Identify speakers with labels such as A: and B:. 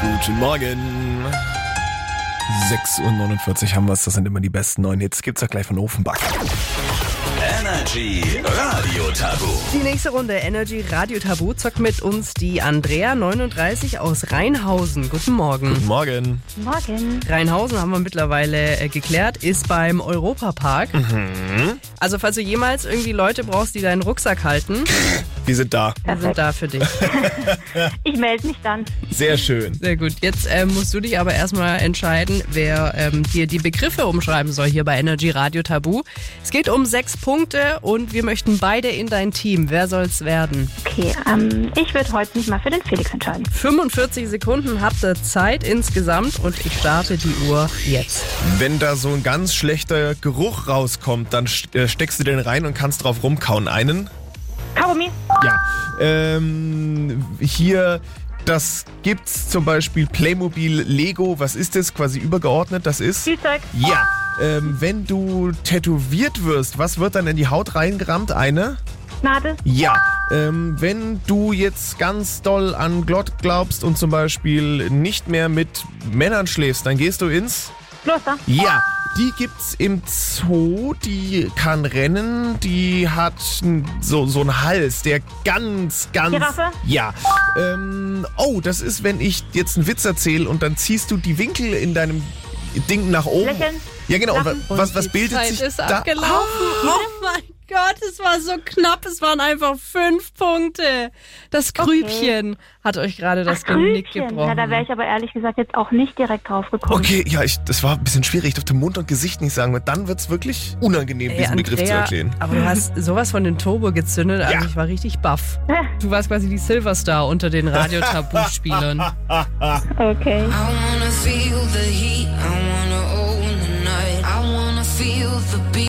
A: Guten Morgen. 6.49 Uhr haben wir es, das sind immer die besten neuen Hits. Gibt's ja gleich von Ofenbach.
B: Energy Radio Tabu.
C: Die nächste Runde Energy Radio Tabu zockt mit uns die Andrea 39 aus Rheinhausen. Guten Morgen.
A: Morgen.
D: Morgen.
C: Rheinhausen haben wir mittlerweile äh, geklärt, ist beim Europapark. Also falls du jemals irgendwie Leute brauchst, die deinen Rucksack halten,
A: Wir sind da.
C: wir sind da für dich.
D: Ich melde mich dann.
A: Sehr schön.
C: Sehr gut. Jetzt ähm, musst du dich aber erstmal entscheiden, wer ähm, dir die Begriffe umschreiben soll hier bei Energy Radio Tabu. Es geht um sechs Punkte und wir möchten beide in dein Team. Wer soll's werden?
D: Okay, ähm, ich würde heute mich mal für den Felix entscheiden.
C: 45 Sekunden habt ihr Zeit insgesamt und ich starte die Uhr jetzt.
A: Wenn da so ein ganz schlechter Geruch rauskommt, dann st- äh, steckst du den rein und kannst drauf rumkauen. Einen?
D: Kaugummi,
A: Ja. Ähm, hier, das gibt's zum Beispiel Playmobil, Lego. Was ist das? Quasi übergeordnet. Das ist?
D: Spielzeug,
A: Ja. Ähm, wenn du tätowiert wirst, was wird dann in die Haut reingerammt? Eine?
D: Nadel,
A: Ja. Ähm, wenn du jetzt ganz doll an Glott glaubst und zum Beispiel nicht mehr mit Männern schläfst, dann gehst du ins?
D: Kloster,
A: Ja. Die gibt's im Zoo, die kann rennen, die hat n- so, so einen Hals, der ganz, ganz.
D: Giraffe?
A: Ja. Ähm, oh, das ist, wenn ich jetzt einen Witz erzähle und dann ziehst du die Winkel in deinem Ding nach oben.
D: Lächeln.
A: Ja, genau. Und wa-
D: Lachen.
A: was, was
C: Die
A: bildet
C: Zeit
A: sich
C: ist
A: da? Ah!
C: abgelaufen. Oh mein Gott, es war so knapp. Es waren einfach fünf Punkte. Das Grübchen hat euch gerade das Genick
D: Grübchen.
C: gebrochen.
D: Na, da wäre ich aber ehrlich gesagt jetzt auch nicht direkt drauf gekommen.
A: Okay, ja, ich, das war ein bisschen schwierig. Ich durfte Mund und Gesicht nicht sagen, weil dann wird's wirklich unangenehm,
C: Ey,
A: diesen Begriff zu
C: Andrea,
A: erklären.
C: Aber du hast sowas von den Turbo gezündet. Also
A: Ja.
C: ich war richtig baff. Du warst quasi die Silverstar unter den Radiotabu-Spielern.
D: Okay.
E: I wanna feel the heat, I wanna own the night, I wanna feel the beat.